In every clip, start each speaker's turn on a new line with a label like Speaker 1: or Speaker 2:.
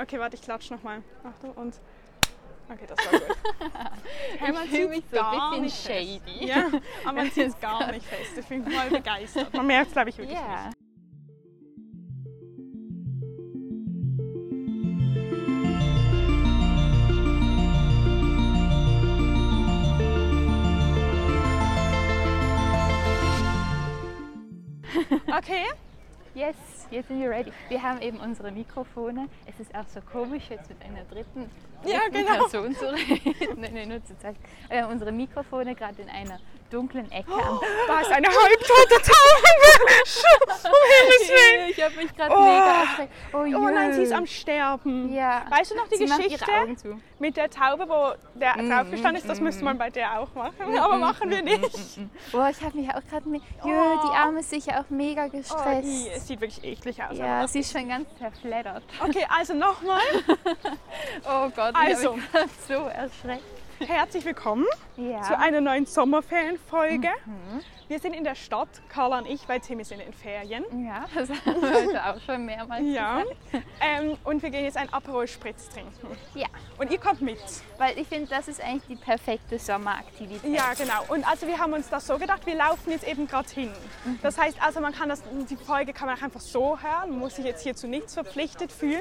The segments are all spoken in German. Speaker 1: Okay, warte, ich klatsche nochmal. Achtung und. Okay, das war gut. Hey, man
Speaker 2: Ich fühle
Speaker 1: sieht's
Speaker 2: mich so
Speaker 1: gar
Speaker 2: ein
Speaker 1: nicht
Speaker 2: bisschen
Speaker 1: fest.
Speaker 2: shady.
Speaker 1: Ja, aber man sieht es gar nicht fest. Ich bin voll begeistert. Man merkt es, glaube ich, wirklich
Speaker 2: Ja.
Speaker 1: nicht. Okay,
Speaker 2: Yes, jetzt sind wir ready. Wir haben eben unsere Mikrofone. Es ist auch so komisch, jetzt mit einer dritten, dritten
Speaker 1: Ja, genau.
Speaker 2: Person zu reden. Nein, nein, nur zu zeigen. Wir haben unsere Mikrofone gerade in einer dunklen Ecke am
Speaker 1: da ist eine halbtote Taube. Um Himmels Willen.
Speaker 2: Ich habe mich gerade
Speaker 1: Oh.
Speaker 2: mega erschreckt.
Speaker 1: Oh nein, sie ist
Speaker 2: jö.
Speaker 1: am Sterben.
Speaker 2: Ja.
Speaker 1: Weißt du noch die
Speaker 2: Sie macht
Speaker 1: Geschichte?
Speaker 2: Ihre Augen Mhm. zu.
Speaker 1: Mit der Taube, wo der drauf gestanden ist, das müsste man bei der auch
Speaker 2: Mhm.
Speaker 1: machen, aber machen wir nicht.
Speaker 2: Oh, ich habe mich auch gerade mit. Jö,
Speaker 1: Oh.
Speaker 2: die Arme ist sicher auch
Speaker 1: Oh,
Speaker 2: mega
Speaker 1: also i,
Speaker 2: gestresst.
Speaker 1: es sieht wirklich eklig aus.
Speaker 2: ja,
Speaker 1: aber-
Speaker 2: sie ist schon ganz zerfleddert.
Speaker 1: Okay, also nochmal,
Speaker 2: Oh Gott,
Speaker 1: Also.
Speaker 2: ich bin so erschreckt.
Speaker 1: herzlich willkommen
Speaker 2: Ja.
Speaker 1: zu einer neuen Sommerferienfolge. Wir sind in der Stadt, Carla und ich, weil Timmy sind in Ferien.
Speaker 2: ja, das haben wir heute auch schon mehrmals
Speaker 1: Ja.
Speaker 2: gesagt.
Speaker 1: Ähm, und wir gehen jetzt einen Aperol Spritz trinken.
Speaker 2: Ja,
Speaker 1: Und ihr kommt mit.
Speaker 2: weil ich finde, das ist eigentlich die perfekte Sommeraktivität.
Speaker 1: Ja, genau. Und also wir haben uns das so gedacht, wir laufen jetzt eben gerade hin. Das heißt also, man kann das, die Folge kann man auch einfach so hören, man muss sich jetzt hierzu nichts verpflichtet fühlen.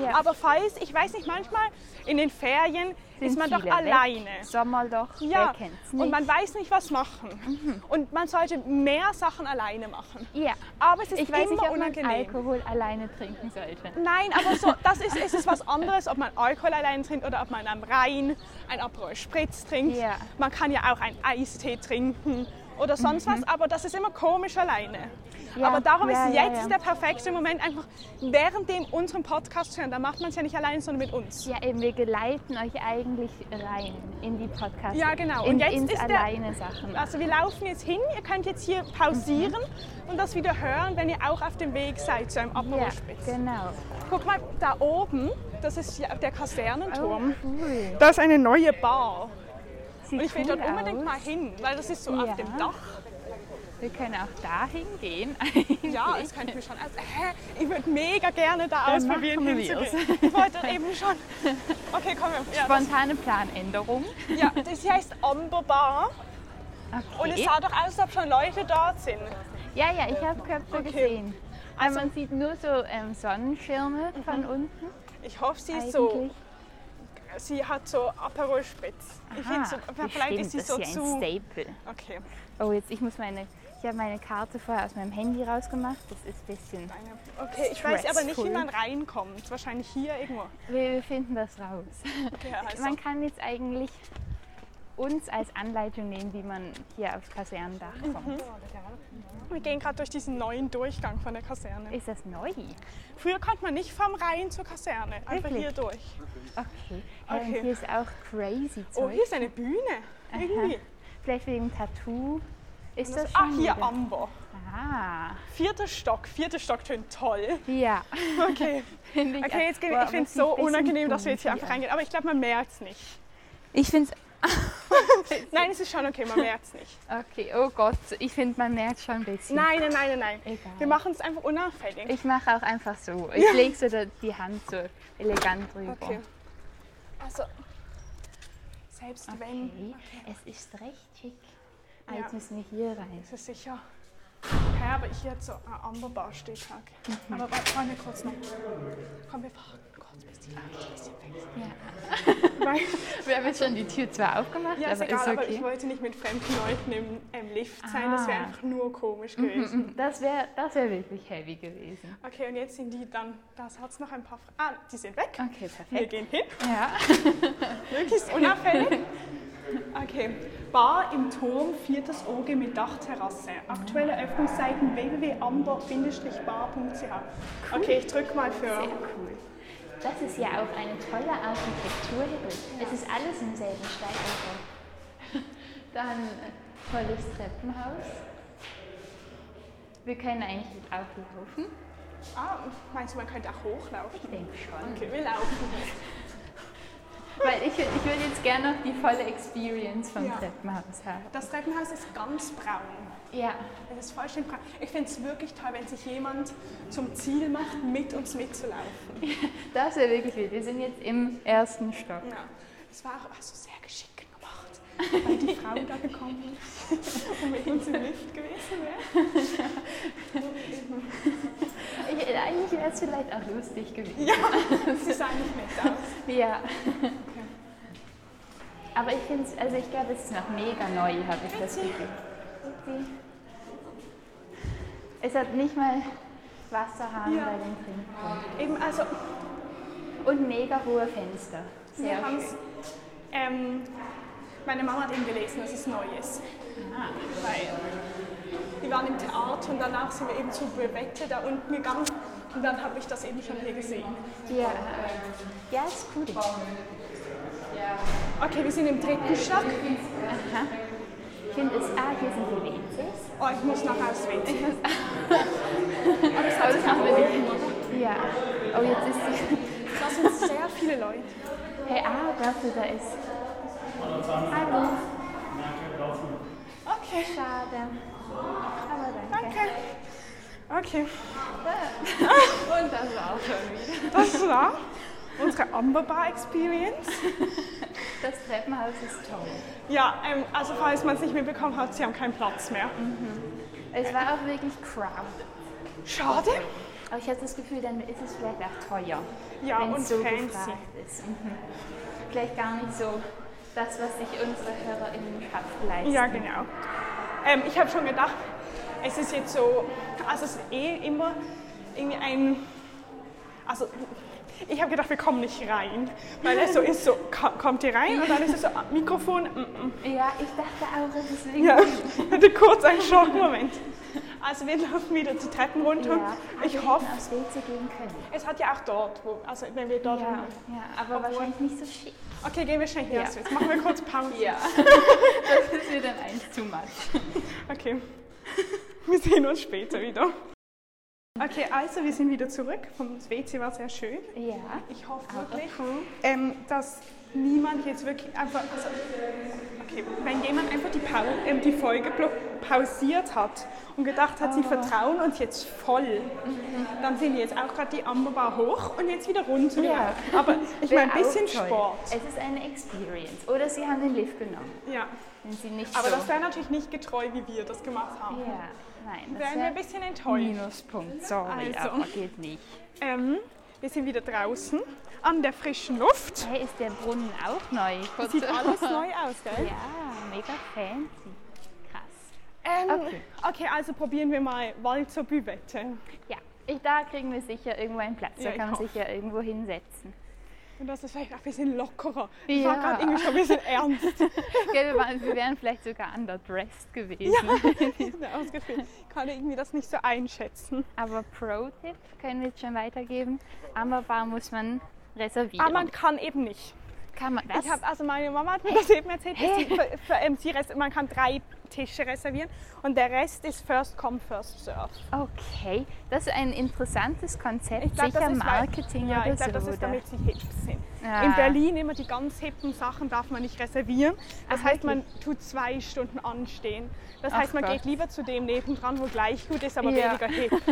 Speaker 2: Ja.
Speaker 1: Aber falls, ich weiß nicht, manchmal in den Ferien ist
Speaker 2: Sind
Speaker 1: man doch
Speaker 2: viele weg.
Speaker 1: alleine.
Speaker 2: Sommerloch,
Speaker 1: Ja,
Speaker 2: wer kennt's nicht?
Speaker 1: und man weiß nicht, Mhm. was machen. Und man sollte mehr Sachen alleine machen.
Speaker 2: ja.
Speaker 1: Aber es ist
Speaker 2: Ich
Speaker 1: immer
Speaker 2: weiß nicht, ob man
Speaker 1: unangenehm.
Speaker 2: Alkohol alleine trinken sollte.
Speaker 1: Nein, aber so, das ist, es ist was anderes, ob man Alkohol allein trinkt oder ob man am Rhein ein Aperol Spritz trinkt.
Speaker 2: Ja.
Speaker 1: Man kann ja auch einen Eistee trinken oder sonst was, aber das ist immer komisch alleine.
Speaker 2: Mhm. Ja,
Speaker 1: aber darum
Speaker 2: ja,
Speaker 1: ist
Speaker 2: ja,
Speaker 1: jetzt
Speaker 2: ja.
Speaker 1: der perfekte Moment, einfach während dem unseren Podcast zu hören. Da macht man es ja nicht allein, sondern mit uns.
Speaker 2: Ja, eben, wir geleiten euch eigentlich rein in die Podcasts.
Speaker 1: Ja, genau.
Speaker 2: In,
Speaker 1: Und jetzt
Speaker 2: ins
Speaker 1: ist der-
Speaker 2: alleine Sachen.
Speaker 1: Also wir laufen jetzt hin, ihr könnt jetzt hier pausieren und das wieder hören, wenn ihr auch auf dem Weg seid zu einem Aperol
Speaker 2: Mhm. Ja,
Speaker 1: Spritz.
Speaker 2: genau.
Speaker 1: Guck mal, da oben, das ist ja der Kasernenturm.
Speaker 2: Oh, cool.
Speaker 1: Da ist eine neue Bar.
Speaker 2: Sieht
Speaker 1: Und ich will
Speaker 2: cool
Speaker 1: dort unbedingt
Speaker 2: aus.
Speaker 1: mal hin, weil das ist so auf
Speaker 2: Ja.
Speaker 1: dem Dach.
Speaker 2: Wir können auch dahin gehen. eigentlich.
Speaker 1: Ja, das könnte ich mir schon aus. Hä? Ich würde mega gerne da
Speaker 2: Dann
Speaker 1: ausprobieren,
Speaker 2: machen
Speaker 1: hinzugehen. Ich wollte dann eben schon. Okay, komm, ja, das,
Speaker 2: Spontane Planänderung.
Speaker 1: ja, das hier heißt Amber Bar und es
Speaker 2: Okay.
Speaker 1: sah doch aus, als ob schon Leute dort sind.
Speaker 2: Ja, ja, ich habe Köpfe
Speaker 1: Okay.
Speaker 2: gesehen. Also
Speaker 1: Also-
Speaker 2: man sieht nur so ähm, Sonnenschirme von unten.
Speaker 1: Ich hoffe, sie ist
Speaker 2: Eigentlich.
Speaker 1: so. Sie hat so Aperol Spritz. Ich
Speaker 2: Ah,
Speaker 1: finde so, vielleicht
Speaker 2: stimmt,
Speaker 1: ist sie
Speaker 2: das
Speaker 1: so
Speaker 2: ist ja ein
Speaker 1: zu.
Speaker 2: Stapel.
Speaker 1: Okay,
Speaker 2: Oh, jetzt ich muss meine, ich habe meine Karte vorher aus meinem Handy rausgemacht. Das ist ein bisschen.
Speaker 1: eine- okay. Ich weiß aber nicht, wie
Speaker 2: Stressful.
Speaker 1: man reinkommt. Wahrscheinlich hier irgendwo.
Speaker 2: Wir, wir finden das raus.
Speaker 1: Okay, also.
Speaker 2: Man kann jetzt eigentlich uns als Anleitung nehmen, wie man hier aufs Kasernendach
Speaker 1: Mhm.
Speaker 2: kommt.
Speaker 1: Wir gehen gerade durch diesen neuen Durchgang von der Kaserne.
Speaker 2: Ist das neu?
Speaker 1: Früher konnte man nicht vom Rhein zur Kaserne, einfach
Speaker 2: Wirklich?
Speaker 1: hier durch.
Speaker 2: Okay. Ja, und
Speaker 1: Okay.
Speaker 2: hier ist auch crazy
Speaker 1: Oh,
Speaker 2: Zeug.
Speaker 1: hier ist eine Bühne. Irgendwie.
Speaker 2: Vielleicht wegen Tattoo. Ist das,
Speaker 1: ah,
Speaker 2: schon
Speaker 1: hier
Speaker 2: wieder?
Speaker 1: Amber.
Speaker 2: Ah,
Speaker 1: Vierter Stock. Vierter Stock tönt toll.
Speaker 2: ja.
Speaker 1: Okay,
Speaker 2: Finde ich
Speaker 1: okay
Speaker 2: auch.
Speaker 1: jetzt, gehen-
Speaker 2: Boah,
Speaker 1: ich
Speaker 2: aber
Speaker 1: finde es
Speaker 2: sieht ein
Speaker 1: so
Speaker 2: bisschen
Speaker 1: unangenehm, dass wir jetzt hier
Speaker 2: creepy
Speaker 1: einfach reingehen. Aber ich glaube, man merkt es nicht.
Speaker 2: aus. Ich finde
Speaker 1: Nein, es ist schon okay, man merkt es nicht.
Speaker 2: Okay, oh Gott, ich finde, man merkt schon ein bisschen.
Speaker 1: Nein, nein, nein, nein, nein.
Speaker 2: Egal.
Speaker 1: Wir machen es einfach unauffällig.
Speaker 2: Ich mache auch einfach so. Ich lege so da- die Hand so elegant drüber.
Speaker 1: Okay. Also, selbst wenn.
Speaker 2: Okay, Es ist recht schick. Ah,
Speaker 1: Ja.
Speaker 2: Jetzt müssen wir hier rein. Oh
Speaker 1: Ist es sicher? Okay, aber ich hätte so eine Amberbar steht. Okay. Aber warte, warte kurz noch. Komm, wir warten kurz, bis die Leute ein bisschen weg sind. Weil-
Speaker 2: Wir haben jetzt schon die Tür zwar aufgemacht,
Speaker 1: Ja,
Speaker 2: aber
Speaker 1: ist egal,
Speaker 2: Also ist
Speaker 1: aber ich
Speaker 2: okay.
Speaker 1: wollte nicht mit fremden Leuten im, im Lift sein, das wäre
Speaker 2: Ah.
Speaker 1: einfach nur komisch gewesen.
Speaker 2: das wäre das wär wirklich heavy gewesen.
Speaker 1: Okay, und jetzt sind die dann, das hat es noch ein paar Fragen. Ah, die sind weg. Wir
Speaker 2: Okay, perfekt.
Speaker 1: gehen hin,
Speaker 2: Ja.
Speaker 1: möglichst unauffällig. Okay, Bar im Turm, viertes Oge mit Dachterrasse. Aktuelle Öffnungszeiten www.amber-bar.ch. Okay, ich drücke mal für.
Speaker 2: Sehr cool. Das ist ja auch eine tolle Architektur hier drin. Es ist alles im selben Steigerung. Dann äh, tolles Treppenhaus. Wir können eigentlich auch laufen.
Speaker 1: Ah, meinst du, man könnte auch hochlaufen?
Speaker 2: Ich denke schon.
Speaker 1: Okay, wir laufen.
Speaker 2: Weil ich, ich würde jetzt gerne noch die volle Experience vom
Speaker 1: Ja.
Speaker 2: Treppenhaus haben.
Speaker 1: Das Treppenhaus ist ganz braun.
Speaker 2: Ja,
Speaker 1: Es ist vollständig krank. Ich finde es wirklich toll, wenn sich jemand zum Ziel macht, mit uns mitzulaufen.
Speaker 2: das ist ja wirklich wild. Wir sind jetzt im ersten Stock.
Speaker 1: Ja. Das war auch also sehr geschickt gemacht, weil die Frau da gekommen ist und mit uns im Lift gewesen wäre.
Speaker 2: Ich, eigentlich wäre es vielleicht auch lustig gewesen.
Speaker 1: Ja, sie sah nicht mit aus.
Speaker 2: Ja. Aber ich finde es, also ich glaube, es ist noch mega neu, habe ich das Gefühl. Es hat nicht mal Wasserhahn
Speaker 1: Ja.
Speaker 2: bei den Trinken.
Speaker 1: Eben, also
Speaker 2: Und mega hohe Fenster. Sehr
Speaker 1: wir haben
Speaker 2: schön.
Speaker 1: Ähm, meine Mama hat eben gelesen, dass es neu ist. Weil wir waren im Theater und danach sind wir eben zu Bevette da unten gegangen und dann habe ich das eben schon hier gesehen.
Speaker 2: Ja, ja, ist cool.
Speaker 1: Okay, wir sind im dritten Stock.
Speaker 2: Aha. Ich finde es, ah, hier sind die WCs.
Speaker 1: Oh, ich muss nachher aufs WC.
Speaker 2: Aber das haben wir nicht. Ja. Oh, jetzt ist die.
Speaker 1: Das sind sehr viele Leute.
Speaker 2: Hey, ah, glaubst du, da ist. Hallo.
Speaker 1: Okay,
Speaker 2: Schade. Aber danke.
Speaker 1: danke. Okay,
Speaker 2: Und das war auch schon wieder.
Speaker 1: das war unsere Amberbar Experience.
Speaker 2: Das Treppenhaus ist toll.
Speaker 1: Ja, ähm, also falls man es nicht mitbekommen hat, sie haben keinen Platz mehr.
Speaker 2: Es war auch wirklich crowded.
Speaker 1: Schade.
Speaker 2: Aber ich hatte das Gefühl, dann ist es vielleicht auch teuer.
Speaker 1: Ja,
Speaker 2: wenn's
Speaker 1: und
Speaker 2: so
Speaker 1: fancy.
Speaker 2: gefragt ist. Mhm. Vielleicht gar nicht so das, was sich unsere HörerInnenschaft leisten.
Speaker 1: Ja, genau. Ähm, ich habe schon gedacht, es ist jetzt so, also es ist eh immer irgendwie ein, also ich habe gedacht, wir kommen nicht rein, weil es so ist, so ko- kommt ihr rein und dann ist es so ah, Mikrofon, mm,
Speaker 2: Ja, ich dachte auch, es ist
Speaker 1: mm.
Speaker 2: irgendwie.
Speaker 1: ja, hatte kurz einen Schockmoment. Also wir laufen wieder die Treppen runter.
Speaker 2: Ja,
Speaker 1: Ich hoffe,
Speaker 2: aufs WC gehen können.
Speaker 1: es hat ja auch dort, wo, also wenn wir
Speaker 2: Ja,
Speaker 1: dort.
Speaker 2: ja aber wahrscheinlich nicht so schick.
Speaker 1: Okay, gehen wir schnell hier.
Speaker 2: Ja.
Speaker 1: Jetzt machen wir kurz Pause.
Speaker 2: das ist mir dann eigentlich zu much.
Speaker 1: Okay. Wir sehen uns später wieder. Okay, also wir sind wieder zurück. Vom WC war sehr schön.
Speaker 2: Ja.
Speaker 1: Ich hoffe
Speaker 2: Aber
Speaker 1: wirklich, ähm, dass niemand jetzt wirklich einfach. Also, okay, wenn jemand einfach die, Pau ähm, die Folge blo- pausiert hat und gedacht hat,
Speaker 2: Ah.
Speaker 1: sie vertrauen uns jetzt voll, dann sind jetzt auch gerade die Amberbar hoch und jetzt wieder runter.
Speaker 2: Ja.
Speaker 1: Aber ich
Speaker 2: Wäre
Speaker 1: meine, ein bisschen
Speaker 2: auch toll.
Speaker 1: Sport.
Speaker 2: Es ist eine Experience. Oder sie haben den Lift genommen,
Speaker 1: Ja.
Speaker 2: wenn sie nicht
Speaker 1: Aber
Speaker 2: so...
Speaker 1: das wäre natürlich nicht getreu, wie wir das gemacht haben.
Speaker 2: ja, nein,
Speaker 1: Wären
Speaker 2: das
Speaker 1: wir ein
Speaker 2: wäre
Speaker 1: bisschen enttäuscht.
Speaker 2: Minuspunkt. Sorry,
Speaker 1: Also.
Speaker 2: aber geht nicht.
Speaker 1: Ähm, wir sind wieder draußen an der frischen Luft.
Speaker 2: Hey, ist der Brunnen auch neu?
Speaker 1: Sieht alles neu aus, gell?
Speaker 2: Ja, mega fancy. Krass.
Speaker 1: Ähm,
Speaker 2: Okay.
Speaker 1: okay. also probieren wir mal Wald zur Büwette.
Speaker 2: Ja, ich, da kriegen wir sicher irgendwo einen Platz.
Speaker 1: Ja,
Speaker 2: da
Speaker 1: ich
Speaker 2: kann man
Speaker 1: hoffe.
Speaker 2: sich ja irgendwo hinsetzen.
Speaker 1: Und das ist vielleicht auch ein bisschen lockerer. Ich
Speaker 2: Ja.
Speaker 1: war gerade irgendwie schon ein bisschen ernst.
Speaker 2: Gell, wir, waren, wir wären vielleicht sogar underdressed gewesen.
Speaker 1: Ich bin ausgefühlt. Ich kann irgendwie das nicht so einschätzen.
Speaker 2: Aber Pro-Tipp können wir jetzt schon weitergeben. Amberbar muss man reservieren.
Speaker 1: Aber Ah, man kann eben nicht.
Speaker 2: kann man das?
Speaker 1: Ich hab, also meine Mama hat mir das eben erzählt, dass die, für, für, ähm, sie res- man kann drei Tische reservieren und der Rest ist First Come, First Serve.
Speaker 2: okay, das ist ein interessantes Konzept.
Speaker 1: Ich glaub,
Speaker 2: sicher
Speaker 1: das ist, weil-
Speaker 2: Marketing
Speaker 1: ja,
Speaker 2: oder
Speaker 1: ich glaube,
Speaker 2: so.
Speaker 1: das ist,
Speaker 2: oder?
Speaker 1: damit sie hip sind.
Speaker 2: Ja.
Speaker 1: In Berlin immer die ganz hippen Sachen darf man nicht reservieren. Das
Speaker 2: Ach,
Speaker 1: heißt, man tut zwei Stunden anstehen. Das
Speaker 2: Ach
Speaker 1: heißt, man
Speaker 2: Gott.
Speaker 1: geht lieber zu dem nebendran, wo gleich gut ist, aber
Speaker 2: Ja.
Speaker 1: weniger hip.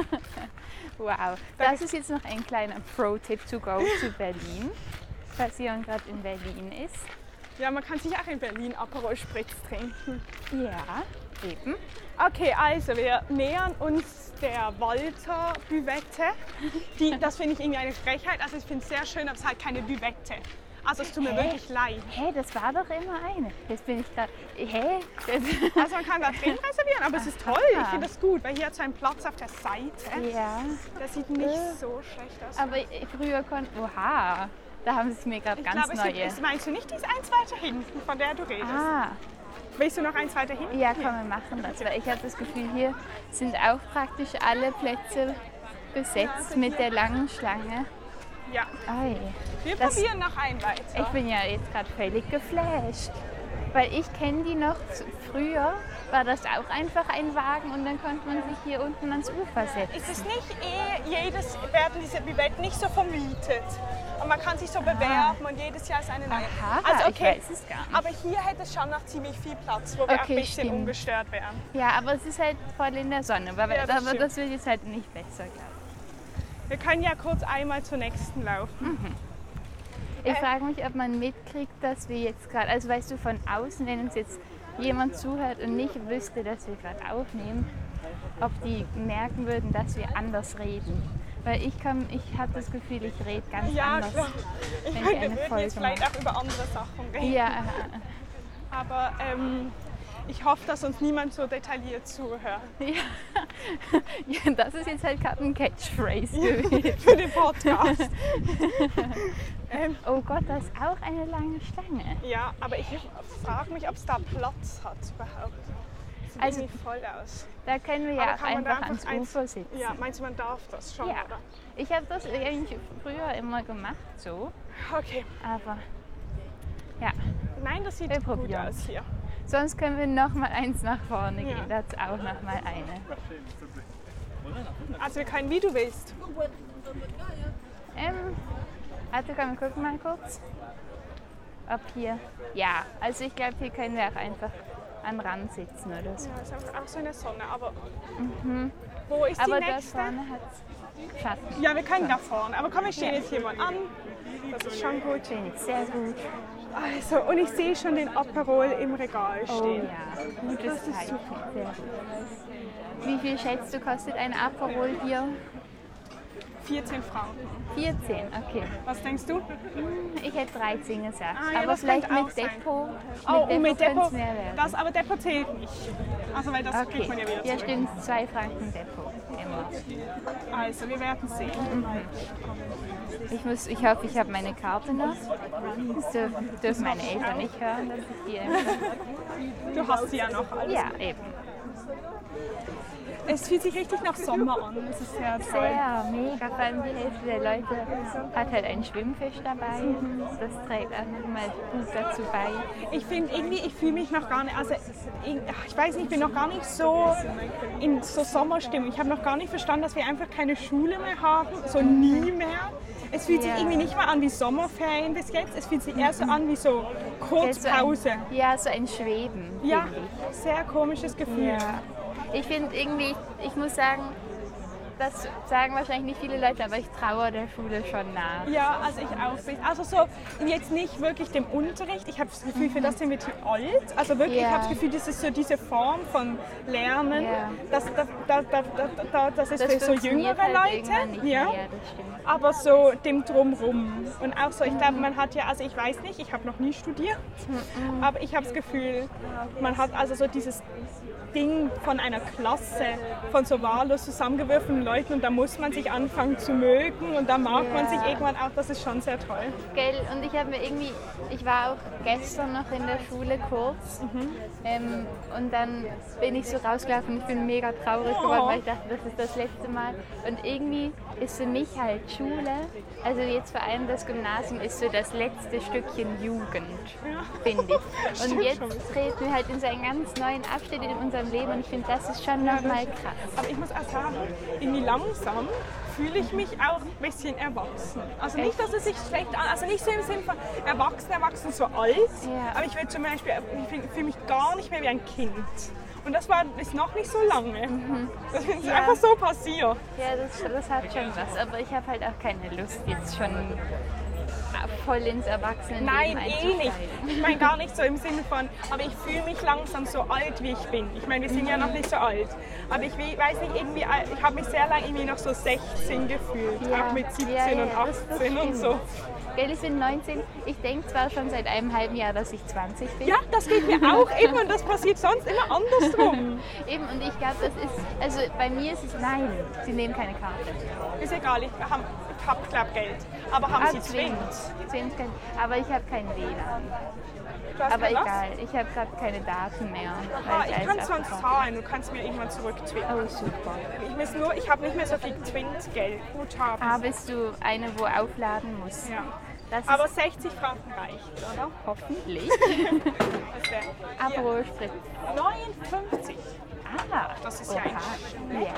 Speaker 2: Wow, das ist jetzt noch ein kleiner Pro-Tipp to go zu Berlin, falls jemand gerade in Berlin ist.
Speaker 1: Ja, man kann sich auch in Berlin Aperol Spritz trinken.
Speaker 2: Ja, eben.
Speaker 1: Okay, also wir nähern uns der Walter Büvette. Die, das finde ich irgendwie eine Frechheit. Also ich finde es sehr schön, aber es ist halt keine Büvette. Also es tut mir
Speaker 2: Hä?
Speaker 1: wirklich leid.
Speaker 2: Hä, das war doch immer eine. Jetzt bin ich gerade. Hä?
Speaker 1: Also man kann da drin reservieren, aber es ist toll. Ich
Speaker 2: Aha.
Speaker 1: finde das gut, weil hier hat so einen Platz auf der Seite.
Speaker 2: Ah. ja,
Speaker 1: Das sieht nicht so schlecht aus.
Speaker 2: aber ich- früher konnte. Oha, da haben sie mir gerade
Speaker 1: ich
Speaker 2: ganz
Speaker 1: glaube, es
Speaker 2: neue.
Speaker 1: gibt, es- meinst du nicht diese eins weiter hinten, von der du redest?
Speaker 2: ah,
Speaker 1: Willst du noch eins weiter hinten?
Speaker 2: ja, komm, wir machen das. Weil ich habe das Gefühl, hier sind auch praktisch alle Plätze besetzt mit der langen Schlange.
Speaker 1: Ja,
Speaker 2: Ei,
Speaker 1: wir
Speaker 2: Das-
Speaker 1: probieren noch ein weiter.
Speaker 2: ich bin ja jetzt gerade völlig geflasht. Weil ich kenne die noch, zu- früher war das auch einfach ein Wagen und dann konnte man sich hier unten ans Ufer setzen.
Speaker 1: Ist es nicht eh, jedes werden diese Bivette nicht so vermietet. Und man kann sich so bewerben und jedes Jahr ist eine neue.
Speaker 2: Ah.
Speaker 1: Also
Speaker 2: Aha, ich weiß es gar nicht.
Speaker 1: Aber hier hätte es schon noch ziemlich viel Platz, wo wir auch ein
Speaker 2: Okay,
Speaker 1: bisschen
Speaker 2: stimmt.
Speaker 1: ungestört wären.
Speaker 2: Ja, aber es ist halt voll in der Sonne, aber,
Speaker 1: Ja, das
Speaker 2: aber
Speaker 1: stimmt.
Speaker 2: das wird jetzt halt nicht besser, glaube
Speaker 1: Wir können ja kurz einmal zur nächsten laufen.
Speaker 2: ich. Ich
Speaker 1: Äh.
Speaker 2: frage mich, ob man mitkriegt, dass wir jetzt gerade, also weißt du, von außen, wenn uns jetzt jemand zuhört und nicht wüsste, dass wir gerade aufnehmen, ob die merken würden, dass wir anders reden. Weil ich komm, ich habe das Gefühl, ich rede ganz
Speaker 1: Ja,
Speaker 2: anders.
Speaker 1: klar. Ich
Speaker 2: Wenn ich
Speaker 1: meine,
Speaker 2: eine
Speaker 1: wir würden
Speaker 2: Folge
Speaker 1: jetzt vielleicht auch über andere Sachen reden.
Speaker 2: Ja,
Speaker 1: Aber ähm, ich hoffe, dass uns niemand so detailliert zuhört
Speaker 2: ja, das ist jetzt halt gerade ein Catchphrase gewesen.
Speaker 1: für den Podcast.
Speaker 2: Oh Gott, das ist auch eine lange Stange.
Speaker 1: ja, aber ich frage mich, ob es da Platz hat überhaupt. Sieht
Speaker 2: Also-
Speaker 1: irgendwie voll aus.
Speaker 2: Da können wir ja
Speaker 1: Aber
Speaker 2: auch
Speaker 1: kann man da
Speaker 2: einfach ans
Speaker 1: einfach eins-
Speaker 2: Ufer sitzen.
Speaker 1: Ja, meinst du, man darf das schon,
Speaker 2: Ja.
Speaker 1: oder?
Speaker 2: Ich habe das eigentlich früher immer gemacht, so.
Speaker 1: Okay.
Speaker 2: Aber ja,
Speaker 1: Nein, das sieht
Speaker 2: Wir
Speaker 1: gut
Speaker 2: probieren.
Speaker 1: aus hier.
Speaker 2: sonst können wir noch mal eins nach vorne
Speaker 1: Ja.
Speaker 2: gehen. Da ist auch noch mal eine.
Speaker 1: Also wir können, wie du willst.
Speaker 2: Ähm, also komm, wir gucken mal kurz, ob hier. Ja, also ich glaube, hier können wir auch einfach am Rand sitzen oder so.
Speaker 1: Ja, ist einfach auch so in der Sonne, aber... Wo ist
Speaker 2: Mhm. Aber
Speaker 1: die
Speaker 2: da
Speaker 1: nächste?
Speaker 2: vorne hat Schatten.
Speaker 1: Ja, wir können da vorne. Aber komm, wir stehen jetzt hier mal an. Das ist schon gut.
Speaker 2: Finde ich sehr gut.
Speaker 1: Also, und ich sehe schon den Aperol im Regal
Speaker 2: Oh
Speaker 1: stehen.
Speaker 2: ja, gutes Zeichen. Sehr gut. Wie viel schätzt du, kostet ein Aperol hier?
Speaker 1: 14 Franken.
Speaker 2: 14, okay.
Speaker 1: Was denkst du?
Speaker 2: Ich hätte 13 gesagt,
Speaker 1: Ah, ja,
Speaker 2: aber
Speaker 1: das
Speaker 2: vielleicht
Speaker 1: könnte
Speaker 2: mit
Speaker 1: auch sein.
Speaker 2: Depot.
Speaker 1: Oh, und mit
Speaker 2: könnte
Speaker 1: Depot.
Speaker 2: es mehr werden.
Speaker 1: Das aber Depot zählt nicht. Also, weil das kriegt man ja
Speaker 2: okay,
Speaker 1: wieder
Speaker 2: ja
Speaker 1: zurück.
Speaker 2: stimmt, 2 Franken Depot. Immer.
Speaker 1: Also, wir werden sehen.
Speaker 2: Ich, muss, ich hoffe, ich habe meine Karte noch. Das dürfen, dürfen meine Eltern nicht hören, dass ich die empfehle.
Speaker 1: Du hast sie ja noch. Alles.
Speaker 2: Ja, eben.
Speaker 1: Es fühlt sich richtig nach Sommer an. Es ist sehr toll.
Speaker 2: Sehr, mega. Vor allem die Hälfte der Leute hat halt einen Schwimmfisch dabei. Das trägt auch nochmal gut dazu bei.
Speaker 1: Ich finde irgendwie, ich fühle mich noch gar nicht, also ich, ach, ich weiß nicht, ich bin noch gar nicht so in so Sommerstimmung. Ich habe noch gar nicht verstanden, dass wir einfach keine Schule mehr haben, so nie mehr. Es fühlt
Speaker 2: Ja.
Speaker 1: sich irgendwie nicht mehr an wie Sommerferien bis jetzt, es fühlt sich eher so an wie so
Speaker 2: Jetzt so Also ein-
Speaker 1: Kurzpause.
Speaker 2: Ja, so ein Schweben.
Speaker 1: Ja,
Speaker 2: finde ich.
Speaker 1: sehr komisches Gefühl.
Speaker 2: Ja. Ich finde irgendwie, ich muss sagen, das sagen wahrscheinlich nicht viele Leute, aber ich traue der Schule schon nach.
Speaker 1: Ja, also ich auch. Also so, jetzt nicht wirklich dem Unterricht. Ich habe das Gefühl, für das sind wir zu alt. Also wirklich, ich
Speaker 2: Ja.
Speaker 1: habe das Gefühl, das ist so diese Form von Lernen,
Speaker 2: Ja.
Speaker 1: das, das, das, das, das, das, das ist
Speaker 2: Das
Speaker 1: für so
Speaker 2: funktioniert
Speaker 1: jüngere
Speaker 2: halt
Speaker 1: Leute.
Speaker 2: irgendwann Nicht ja.
Speaker 1: Ja.
Speaker 2: Mehr, das stimmt.
Speaker 1: Aber so dem Drumrum. Und auch so, ich glaube, man hat ja, also ich weiß nicht, ich habe noch nie studiert, aber ich habe das Gefühl, man hat also so dieses Ding von einer Klasse, von so wahllos zusammengewürfelten Leuten und da muss man sich anfangen zu mögen und da mag man sich
Speaker 2: Ja.
Speaker 1: irgendwann auch, das ist schon sehr toll.
Speaker 2: Gell, und ich habe mir irgendwie, ich war auch gestern noch in der Schule kurz ähm, und dann bin ich so rausgelaufen und ich bin mega traurig geworden,
Speaker 1: Oh.
Speaker 2: weil ich dachte, das ist das letzte Mal. Und irgendwie ist für mich halt Schule, also jetzt vor allem das Gymnasium, ist so das letzte Stückchen Jugend, finde ich. Und
Speaker 1: Stimmt
Speaker 2: jetzt
Speaker 1: schon.
Speaker 2: treten wir halt in so einen ganz neuen Abschnitt in unserem Leben und ich finde, das ist schon nochmal krass.
Speaker 1: Aber ich muss auch sagen, irgendwie langsam fühle ich mich auch ein bisschen erwachsen. Also nicht, dass es sich schlecht an, also nicht so im Sinne von erwachsen, erwachsen, so alt.
Speaker 2: Ja.
Speaker 1: Aber ich will zum Beispiel, ich fühle- fühle mich gar nicht mehr wie ein Kind. Und das war ist noch nicht so lange.
Speaker 2: Mhm.
Speaker 1: Das ist einfach so passiert.
Speaker 2: Ja, das, das hat schon was, aber ich habe halt auch keine Lust, jetzt schon voll ins Erwachsenenleben
Speaker 1: Nein, eh nicht.
Speaker 2: einzusteigen.
Speaker 1: Ich meine gar nicht so im Sinne von, aber ich fühle mich langsam so alt, wie ich bin. Ich meine, wir sind
Speaker 2: Mhm.
Speaker 1: ja noch nicht so alt. Aber ich we- weiß nicht, irgendwie, al- ich habe mich sehr lange irgendwie noch so 16 gefühlt.
Speaker 2: Ja.
Speaker 1: Auch mit 17
Speaker 2: Ja, ja,
Speaker 1: und
Speaker 2: das-
Speaker 1: 18
Speaker 2: das
Speaker 1: und
Speaker 2: stimmt.
Speaker 1: so.
Speaker 2: Gell, ich bin 19. Ich denke zwar schon seit einem halben Jahr, dass ich 20 bin.
Speaker 1: Ja, das geht mir auch eben und das passiert sonst immer andersrum.
Speaker 2: Eben, und ich glaube, das ist, also bei mir ist es nein, sie nehmen keine Karte.
Speaker 1: Ist egal, ich, haben, Pappklappgeld. Aber
Speaker 2: Ah,
Speaker 1: haben Sie Twint?
Speaker 2: Zwingend kann, aber ich habe kein WLAN.
Speaker 1: Du hast
Speaker 2: Aber
Speaker 1: kein was?
Speaker 2: egal, ich habe gerade keine Daten mehr.
Speaker 1: Ah,
Speaker 2: weil
Speaker 1: ich kann
Speaker 2: alles
Speaker 1: sonst
Speaker 2: abgebrochen-
Speaker 1: zahlen, du kannst mir irgendwann zurücktwinken.
Speaker 2: Oh, super.
Speaker 1: Ich muss nur, ich habe nicht mehr so viel Twint-Geld, Guthaben.
Speaker 2: Ah, bist du eine, wo aufladen muss?
Speaker 1: ja.
Speaker 2: Das
Speaker 1: Aber
Speaker 2: ist
Speaker 1: 60 Franken reicht, oder?
Speaker 2: hoffentlich.
Speaker 1: Das wäre
Speaker 2: Apro Sprit.
Speaker 1: 59.
Speaker 2: Ah,
Speaker 1: Das ist ja ein
Speaker 2: oha. Ja.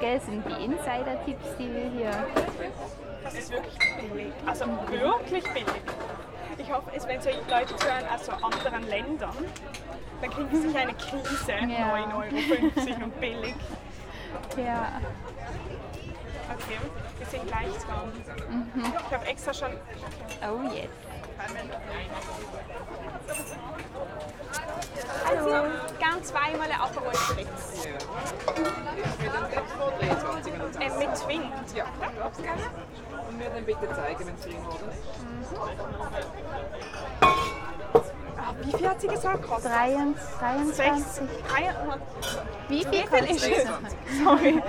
Speaker 2: Gell, sind die Insider-Tipps, die wir hier.
Speaker 1: Das ist wirklich billig. Also wirklich billig. Ich hoffe, es wenn so Leute zuhören aus so anderen Ländern, dann kriegen sie sich eine Krise.
Speaker 2: Ja.
Speaker 1: 9,50 Euro und billig.
Speaker 2: Ja.
Speaker 1: Okay, wir sind gleich dran. Ich habe extra schon.
Speaker 2: Oh, jetzt.
Speaker 1: Also, gern zweimal einen Aperol Spritz. Ähm, mit Twin.
Speaker 3: Ja. Und mir dann bitte zeigen, wenn es drin oder ist.
Speaker 1: Ah, wie viel hat sie gesagt? Kostet?
Speaker 2: 23.
Speaker 1: 300.
Speaker 2: Wie viel
Speaker 1: viel ist
Speaker 2: kostet
Speaker 1: es?
Speaker 2: das?
Speaker 1: Sorry.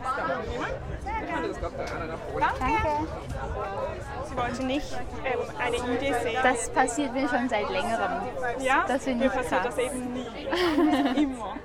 Speaker 3: Ich kann das gerade da einen abholen.
Speaker 2: Danke.
Speaker 1: Sie wollte nicht ähm, eine Idee sehen.
Speaker 2: Das passiert mir schon seit längerem.
Speaker 1: ja,
Speaker 2: das finde
Speaker 1: mir
Speaker 2: ich
Speaker 1: passiert
Speaker 2: krass.
Speaker 1: das eben nie. Immer.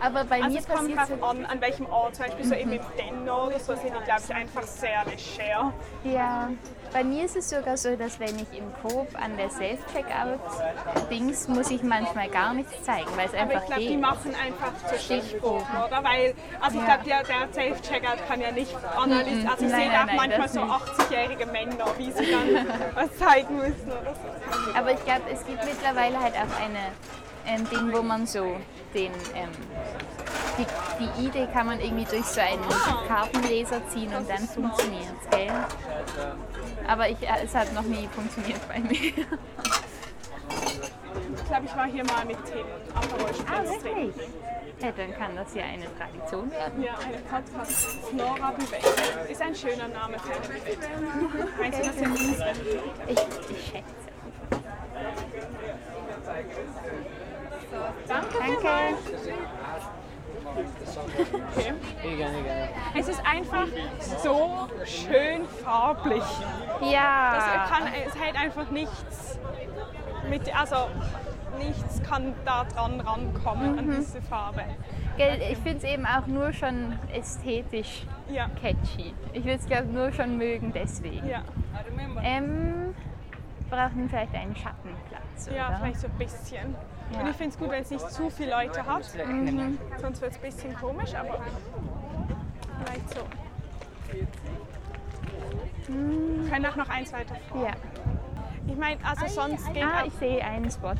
Speaker 2: Aber bei
Speaker 1: Also
Speaker 2: mir
Speaker 1: es kommt
Speaker 2: passiert
Speaker 1: drauf an, an welchem Ort. Zum Beispiel so eben im Denno oder so sind die, glaube ich, einfach sehr leger.
Speaker 2: Ja, bei mir ist es sogar so, dass wenn ich im Coop an der Self-Checkout-Dings muss ich manchmal gar nichts zeigen, weil es
Speaker 1: Aber
Speaker 2: einfach
Speaker 1: ich glaube, die
Speaker 2: geht.
Speaker 1: machen einfach zu Stichproben,
Speaker 2: Stichproben.
Speaker 1: oder? Weil, also ich
Speaker 2: Ja.
Speaker 1: glaube, der, der Self-Checkout kann ja nicht analysieren. Also ich
Speaker 2: Nein,
Speaker 1: sehe
Speaker 2: nein,
Speaker 1: auch
Speaker 2: nein,
Speaker 1: manchmal
Speaker 2: das
Speaker 1: so
Speaker 2: nicht.
Speaker 1: 80-jährige Männer, wie sie dann was zeigen müssen oder so.
Speaker 2: Aber ich glaube, es gibt mittlerweile halt auch eine ähm, Ding, wo man so den ähm, die, die Idee kann man irgendwie durch so einen Kartenleser ziehen und dann funktioniert es, gell? Aber ich, äh, es hat noch nie funktioniert bei mir.
Speaker 1: Ich glaube, ich war hier mal mit Tim am
Speaker 2: Ah,
Speaker 1: Rollstuhl drin.
Speaker 2: Ja, dann kann das ja eine Tradition werden.
Speaker 1: Ja, eine Podcast. Nora Bübeck. Ist ein schöner Name für eine Bübeck. Meinst du, das sind Inseln?
Speaker 2: Ich, ich schätze.
Speaker 1: Danke,
Speaker 2: Danke.
Speaker 1: Okay. Es ist einfach so schön farblich.
Speaker 2: Ja.
Speaker 1: Das kann, es hält einfach nichts mit, also nichts kann da dran rankommen an diese Farbe.
Speaker 2: Gell, ich finde es eben auch nur schon ästhetisch
Speaker 1: Ja,
Speaker 2: catchy. Ich würde es, glaube nur schon mögen deswegen.
Speaker 1: ja,
Speaker 2: Ähm, brauchen vielleicht einen Schattenplatz,
Speaker 1: ja,
Speaker 2: oder?
Speaker 1: vielleicht so ein bisschen.
Speaker 2: Ja. Mhm.
Speaker 1: Und ich finde es gut, wenn es nicht zu viele Leute hat. Sonst wird es ein bisschen komisch, aber vielleicht so. Wir können auch noch eins weiter.
Speaker 2: Ja.
Speaker 1: Ich meine, also sonst geht
Speaker 2: Mhm. Ah,
Speaker 1: auch
Speaker 2: ich sehe einen Spot,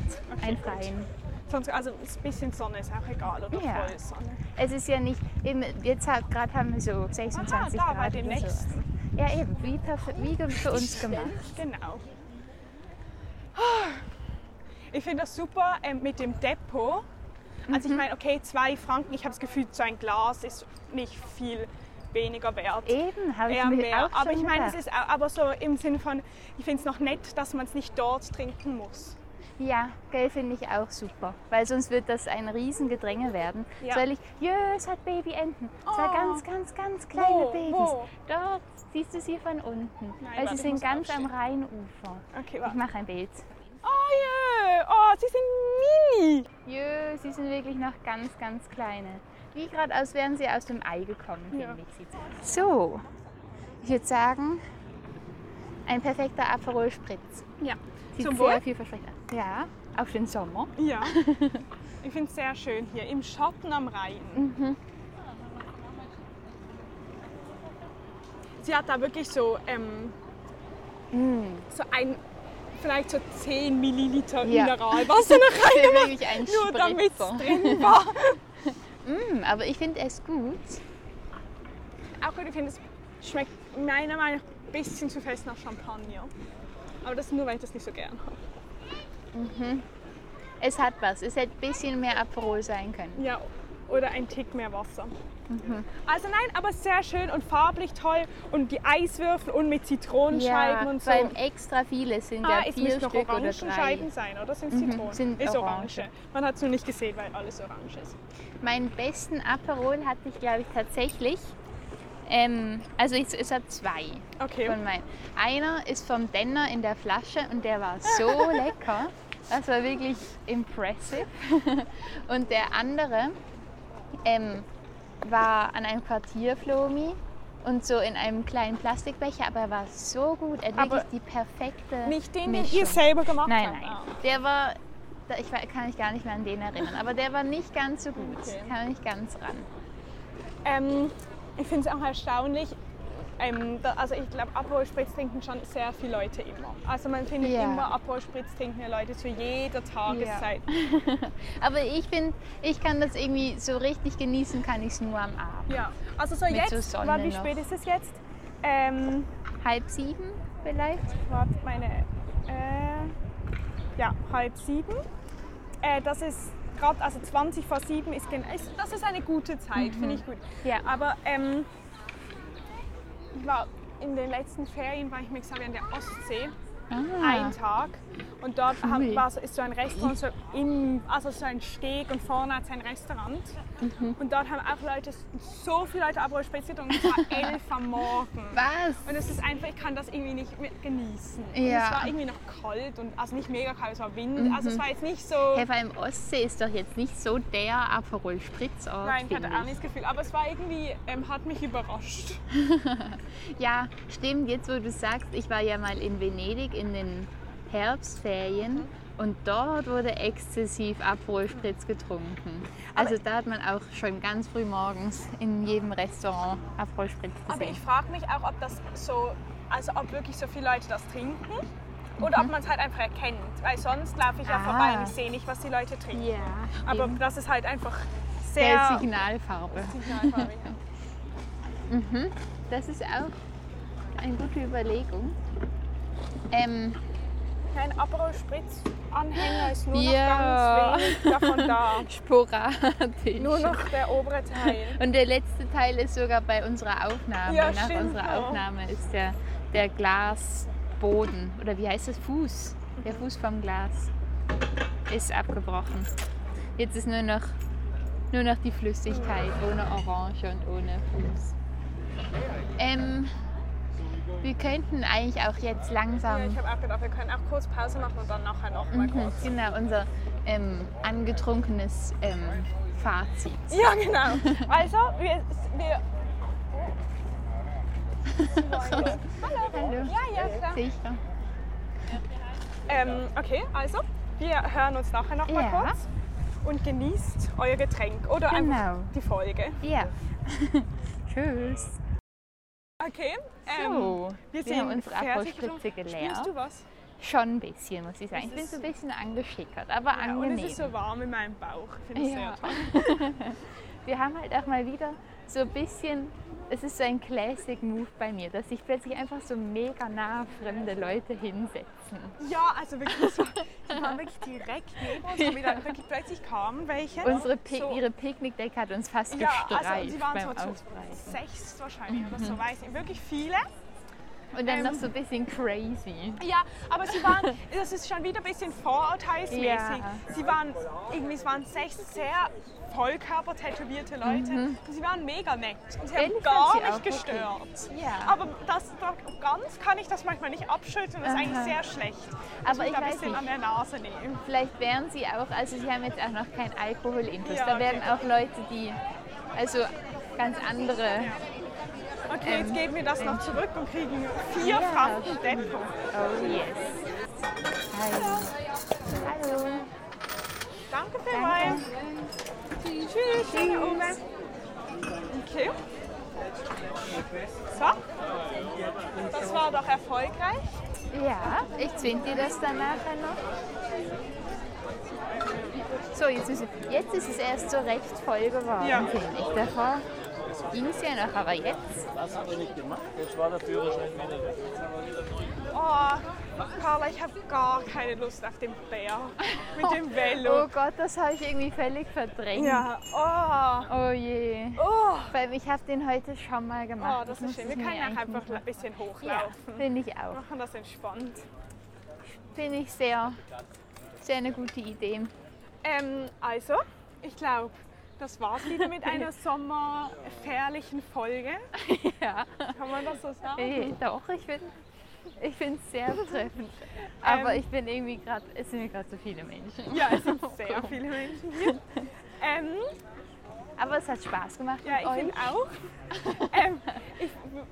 Speaker 2: einen freien.
Speaker 1: Sonst, also ein bisschen Sonne ist auch egal oder
Speaker 2: Ja.
Speaker 1: voll Sonne.
Speaker 2: Es ist ja nicht, eben, jetzt hat- gerade haben wir so 26
Speaker 1: Aha, Ah, da bei
Speaker 2: Grad.
Speaker 1: dem
Speaker 2: oder so.
Speaker 1: nächsten.
Speaker 2: Ja, eben, wie, perf- wie ge- für uns gemacht.
Speaker 1: Genau. Ah. Ich finde das super ähm, mit dem Depot. Also
Speaker 2: Mhm.
Speaker 1: ich meine, okay, zwei Franken, ich habe das Gefühl, so ein Glas ist nicht viel weniger wert.
Speaker 2: Eben, habe ich
Speaker 1: Eher
Speaker 2: mir
Speaker 1: mehr.
Speaker 2: auch
Speaker 1: Aber
Speaker 2: schon
Speaker 1: ich meine, es
Speaker 2: gedacht.
Speaker 1: ist au- aber so im Sinne von, ich finde es noch nett, dass man es nicht dort trinken muss.
Speaker 2: Ja, gell, finde ich auch super. Weil sonst wird das ein Riesengedränge werden.
Speaker 1: Ja.
Speaker 2: Soll ich, jö, es hat Babyenten. Zwei
Speaker 1: Oh.
Speaker 2: ganz, ganz, ganz kleine
Speaker 1: Wo?
Speaker 2: Babys.
Speaker 1: Wo?
Speaker 2: Dort siehst du sie von unten. weil
Speaker 1: warte,
Speaker 2: sie
Speaker 1: ich muss
Speaker 2: sind ganz am
Speaker 1: aufstehen.
Speaker 2: Rheinufer.
Speaker 1: Okay,
Speaker 2: Ich
Speaker 1: warte.
Speaker 2: mache ein Bild.
Speaker 1: Oh je, oh, sie sind mini.
Speaker 2: Jö, sie sind wirklich noch ganz, ganz kleine. Wie gerade aus wären sie aus dem Ei gekommen,
Speaker 1: Ja.
Speaker 2: finde ich sie. So, ich würde sagen, ein perfekter Aperol Spritz.
Speaker 1: Ja,
Speaker 2: Sieht
Speaker 1: zum
Speaker 2: sehr
Speaker 1: Wohl.
Speaker 2: vielversprechend aus. Ja, auf den Sommer.
Speaker 1: Ja, ich finde es sehr schön hier, im Schatten am Rhein.
Speaker 2: Mhm.
Speaker 1: Sie hat da wirklich so, ähm,
Speaker 2: Mm.
Speaker 1: so ein, vielleicht so 10 Milliliter
Speaker 2: Ja.
Speaker 1: Mineralwasser noch rein,
Speaker 2: Für wirklich ein
Speaker 1: nur damit es
Speaker 2: Spritzer.
Speaker 1: drin war.
Speaker 2: Hm, aber ich finde es gut.
Speaker 1: Auch gut, ich finde, es schmeckt meiner Meinung nach ein bisschen zu fest nach Champagner. Aber das nur, weil ich das nicht so gern habe.
Speaker 2: Es hat was. Es hätte ein bisschen mehr Aperol sein können.
Speaker 1: Ja, oder ein Tick mehr Wasser.
Speaker 2: Mhm.
Speaker 1: Also nein, aber sehr schön und farblich toll und die Eiswürfel und mit Zitronenscheiben und so.
Speaker 2: vor allem extra viele sind
Speaker 1: Ah,
Speaker 2: ja
Speaker 1: es
Speaker 2: vier
Speaker 1: müssen noch
Speaker 2: Stück oder
Speaker 1: Orangenscheiben
Speaker 2: drei. Mhm,
Speaker 1: sein, oder? Sind Zitronen?
Speaker 2: sind
Speaker 1: ist
Speaker 2: Orange.
Speaker 1: Orange. Man hat es nur nicht gesehen, weil alles orange ist.
Speaker 2: Meinen besten Aperol hatte ich, glaube ich, tatsächlich. Ähm, also ich, es hat zwei
Speaker 1: Okay.
Speaker 2: von meinen. Einer ist vom Denner in der Flasche und der war so lecker. Das war wirklich impressive. und der andere ähm, war an einem Quartierflomi und so in einem kleinen Plastikbecher, aber er war so gut. Er hat
Speaker 1: Aber
Speaker 2: wirklich die perfekte
Speaker 1: Nicht den, den
Speaker 2: Mischung.
Speaker 1: ihr selber gemacht
Speaker 2: Nein,
Speaker 1: habt.
Speaker 2: nein.
Speaker 1: Ah.
Speaker 2: Der war, da- ich we- kann mich gar nicht mehr an den erinnern, aber der war nicht ganz so gut.
Speaker 1: Okay.
Speaker 2: Kam nicht ganz ran.
Speaker 1: Ähm, ich finde es auch erstaunlich. Ähm, da, also ich glaube, Aperol-Spritz trinken schon sehr viele Leute immer. Also man findet
Speaker 2: Ja.
Speaker 1: immer Aperol-Spritz trinkende Leute zu jeder Tageszeit.
Speaker 2: Aber ich finde, ich kann das irgendwie so richtig genießen, kann ich es nur am Abend.
Speaker 1: Ja. Also so
Speaker 2: Mit
Speaker 1: jetzt,
Speaker 2: so Sonne
Speaker 1: warte, wie
Speaker 2: noch.
Speaker 1: spät ist es jetzt? Ähm,
Speaker 2: Halb sieben vielleicht?
Speaker 1: Warte, meine. Äh, ja, halb sieben. Äh, das ist gerade, also 20 vor sieben ist gen ist, Das ist eine gute Zeit, finde ich gut.
Speaker 2: Ja.
Speaker 1: Aber ähm, ich war in den letzten Ferien, war ich mit Xavier an der Ostsee, einen Tag. Und dort haben,
Speaker 2: Cool.
Speaker 1: war, so- ist so ein Restaurant, so im, also so ein Steg und vorne hat es ein Restaurant. Und dort haben auch Leute, so viele Leute Aperol Spritz getrunken, und es war elf am Morgen.
Speaker 2: Was?
Speaker 1: Und es ist einfach, ich kann das irgendwie nicht mehr genießen. Und
Speaker 2: Ja. Mhm.
Speaker 1: es war irgendwie noch kalt und also nicht mega kalt, es war Wind. Also es war jetzt nicht so.
Speaker 2: Hey, vor allem Ostsee ist doch jetzt nicht so der Aperol-Spritzort.
Speaker 1: Nein, ich
Speaker 2: finde
Speaker 1: hatte auch nicht das Gefühl, aber es war irgendwie, ähm, hat mich überrascht.
Speaker 2: Ja, stimmt. Jetzt, wo du sagst, ich war ja mal in Venedig in den Herbstferien und dort wurde exzessiv Aperol-Spritz getrunken. Also da hat man auch schon ganz früh morgens in jedem Restaurant Aperol-Spritz
Speaker 1: Aber
Speaker 2: gesehen.
Speaker 1: ich frage mich auch, ob das so, also ob wirklich so viele Leute das trinken oder ob man es halt einfach erkennt. Weil sonst laufe ich ja
Speaker 2: Mhm. Ah.
Speaker 1: vorbei und ich sehe nicht, was die Leute trinken.
Speaker 2: Ja,
Speaker 1: Aber
Speaker 2: eben.
Speaker 1: das ist halt einfach
Speaker 2: der
Speaker 1: sehr.
Speaker 2: Signalfarbe. Mhm,
Speaker 1: Signalfarbe, ja.
Speaker 2: Das ist auch eine gute Überlegung. Ähm,
Speaker 1: Kein Aperol Spritz Anhänger ist nur
Speaker 2: Ja.
Speaker 1: noch ganz wenig davon da.
Speaker 2: sporadisch.
Speaker 1: Nur noch der obere Teil.
Speaker 2: Und der letzte Teil ist sogar bei unserer Aufnahme.
Speaker 1: Ja,
Speaker 2: Nach
Speaker 1: stimmt,
Speaker 2: unserer
Speaker 1: ja.
Speaker 2: Aufnahme ist der, der Glasboden oder wie heißt das? Fuß.
Speaker 1: Mhm.
Speaker 2: Der Fuß vom Glas ist abgebrochen. Jetzt ist nur noch, nur noch die Flüssigkeit ohne Orange und ohne Fuß. Ähm, wir könnten eigentlich auch jetzt
Speaker 1: Ja,
Speaker 2: langsam
Speaker 1: ich habe auch gedacht, wir können auch kurz Pause machen und dann nachher nochmal
Speaker 2: Ähm. Mhm,
Speaker 1: kurz.
Speaker 2: genau, unser ähm, angetrunkenes ähm, Fazit.
Speaker 1: Ja, genau. Also, wir. wir
Speaker 2: Hallo.
Speaker 1: ja, ja, klar.
Speaker 2: Sicher.
Speaker 1: Ähm, okay, also, wir hören uns nachher nochmal
Speaker 2: Ja.
Speaker 1: kurz und genießt euer Getränk oder
Speaker 2: Genau.
Speaker 1: einfach die Folge.
Speaker 2: Ja. Tschüss.
Speaker 1: Okay, ähm,
Speaker 2: So,
Speaker 1: wir,
Speaker 2: wir
Speaker 1: sind
Speaker 2: haben unsere
Speaker 1: fertig.
Speaker 2: Abholspritze geleert.
Speaker 1: Spürst du was?
Speaker 2: Schon ein bisschen, muss ich sagen. Ich bin
Speaker 1: ist-
Speaker 2: so ein bisschen angeschickert, aber
Speaker 1: Ja, und
Speaker 2: angenehm.
Speaker 1: es ist so warm in meinem Bauch. Ich finde es
Speaker 2: Ja.
Speaker 1: sehr toll.
Speaker 2: Wir haben halt auch mal wieder so ein bisschen, es ist so ein Classic Move bei mir, dass sich plötzlich einfach so mega nah fremde Leute hinsetzen.
Speaker 1: Ja, also wirklich, es war, die waren wirklich direkt neben uns und wieder wirklich plötzlich kamen welche.
Speaker 2: Unsere Pick,
Speaker 1: So-
Speaker 2: ihre Picknickdecke hat uns fast
Speaker 1: Ja,
Speaker 2: gestreift
Speaker 1: also sie
Speaker 2: beim Mhm.
Speaker 1: waren so zu
Speaker 2: Ausbreiten.
Speaker 1: sechs wahrscheinlich oder so, weiß nicht. Wirklich viele.
Speaker 2: Und dann
Speaker 1: ähm,
Speaker 2: noch so ein bisschen crazy.
Speaker 1: Ja, aber sie waren, das ist schon wieder ein bisschen vorurteilsmäßig.
Speaker 2: Ja.
Speaker 1: Sie waren, irgendwie, es waren sechs sehr vollkörper tätowierte Leute und sie waren mega nett und sie haben
Speaker 2: Mhm. Ehrlich,
Speaker 1: gar
Speaker 2: sind sie
Speaker 1: nicht
Speaker 2: auch
Speaker 1: gestört.
Speaker 2: Ja.
Speaker 1: Aber das ganz kann ich das manchmal nicht abschütteln, das ist eigentlich sehr schlecht. Muss
Speaker 2: Aber
Speaker 1: mich
Speaker 2: ich
Speaker 1: da ein
Speaker 2: weiß
Speaker 1: bisschen
Speaker 2: nicht.
Speaker 1: an der Nase nehmen.
Speaker 2: Vielleicht wären sie auch, also sie haben jetzt auch noch keinen Alkoholintus.
Speaker 1: Ja,
Speaker 2: da
Speaker 1: okay.
Speaker 2: werden auch Leute, die, also ganz andere.
Speaker 1: Okay,
Speaker 2: Ähm,
Speaker 1: jetzt geben wir das noch zurück und kriegen vier Franken Depot.
Speaker 2: Oh yes. Hallo. Hallo.
Speaker 1: Danke vielmals. Tschüss, schöne Uwe. Okay. So. Das war doch erfolgreich.
Speaker 2: Ja, ich zwing dir das dann nachher noch. So, jetzt ist, jetzt ist es erst so recht voll geworden,
Speaker 1: Ja.
Speaker 2: finde ich. Davor so ging es ja noch, aber jetzt?
Speaker 4: Das haben wir nicht gemacht. Jetzt war der Führerschein wieder weg.
Speaker 1: Oh, Carla, ich habe gar keine Lust auf den Bär mit dem
Speaker 2: Oh
Speaker 1: Velo.
Speaker 2: Gott, das habe ich irgendwie völlig verdrängt.
Speaker 1: Ja,
Speaker 2: Oh je.
Speaker 1: oh, oh.
Speaker 2: Weil ich habe den heute schon mal gemacht.
Speaker 1: Oh, das
Speaker 2: Ich muss
Speaker 1: ist schön. Wir
Speaker 2: es mir
Speaker 1: können auch
Speaker 2: eigentlich
Speaker 1: einfach
Speaker 2: nicht
Speaker 1: ein bisschen
Speaker 2: Ja,
Speaker 1: hochlaufen.
Speaker 2: finde ich auch.
Speaker 1: Machen das entspannt.
Speaker 2: Finde ich sehr, sehr eine gute Idee.
Speaker 1: Ähm, also, ich glaube, das war's wieder mit einer sommerfährlichen Folge.
Speaker 2: Ja,
Speaker 1: Kann man das so sagen?
Speaker 2: eh, doch, ich finde ich finde es sehr betreffend. Aber
Speaker 1: Ähm.
Speaker 2: ich bin irgendwie gerade, es sind mir gerade so viele Menschen.
Speaker 1: Ja, es sind sehr viele Menschen hier. Ähm,
Speaker 2: Aber es hat Spaß gemacht
Speaker 1: ja,
Speaker 2: mit
Speaker 1: ich
Speaker 2: euch.
Speaker 1: finde auch. Ähm, ich,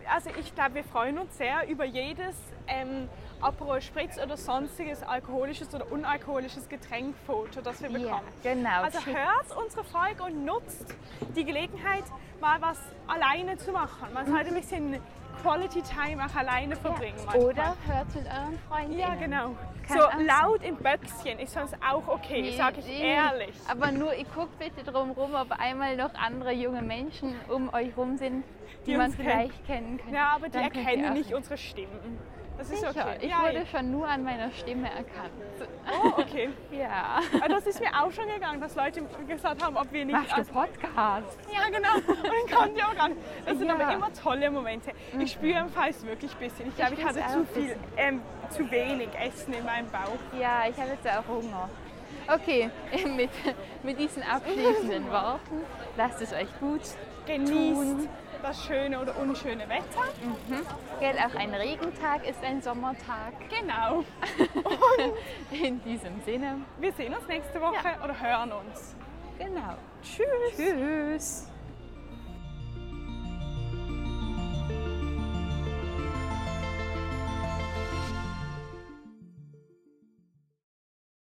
Speaker 1: also ich glaube, wir freuen uns sehr über jedes ähm, Aperol Spritz oder sonstiges alkoholisches oder unalkoholisches Getränkfoto, das wir
Speaker 2: Ja,
Speaker 1: bekommen.
Speaker 2: genau.
Speaker 1: Also
Speaker 2: Schickt
Speaker 1: hört unsere Folge und nutzt die Gelegenheit, mal was alleine zu machen. Man sollte ein bisschen Quality Time auch alleine verbringen. manchmal.
Speaker 2: Oder hört mit euren Freunden.
Speaker 1: Ja, genau.
Speaker 2: Kann auch
Speaker 1: so
Speaker 2: sein.
Speaker 1: laut im Böckchen ist sonst auch okay, sage ich ehrlich.
Speaker 2: Aber nur, ihr guckt bitte drum rum, ob einmal noch andere junge Menschen um euch rum sind, die,
Speaker 1: Die
Speaker 2: man
Speaker 1: uns
Speaker 2: vielleicht kennen könnte.
Speaker 1: Ja, aber die
Speaker 2: Dann könnt ihr
Speaker 1: erkennen
Speaker 2: auch
Speaker 1: nicht unsere Stimmen. Das ist
Speaker 2: Sicher,
Speaker 1: okay.
Speaker 2: ich
Speaker 1: ja,
Speaker 2: wurde schon nur an meiner Stimme erkannt.
Speaker 1: oh, okay.
Speaker 2: Ja,
Speaker 1: Aber das ist mir auch schon gegangen, dass Leute gesagt haben, ob wir nicht. also,
Speaker 2: machst du Podcast?
Speaker 1: ja, genau. Und dann kommt die auch ran. Das sind
Speaker 2: Ja.
Speaker 1: aber immer tolle Momente. Ich spüre im Fall wirklich ein bisschen. Ich glaube, ich,
Speaker 2: Ich
Speaker 1: hatte
Speaker 2: find's
Speaker 1: zu
Speaker 2: auch ein
Speaker 1: viel, ähm, zu wenig Essen in meinem Bauch.
Speaker 2: Ja, ich habe jetzt auch Hunger. Okay, mit, mit diesen abschließenden Worten, lasst es euch gut.
Speaker 1: Genießt das schöne oder unschöne Wetter.
Speaker 2: Gell, auch ein Regentag ist ein Sommertag.
Speaker 1: Genau.
Speaker 2: In diesem Sinne,
Speaker 1: Wir sehen uns nächste Woche oder hören uns.
Speaker 2: genau.
Speaker 1: Tschüss.
Speaker 2: Tschüss.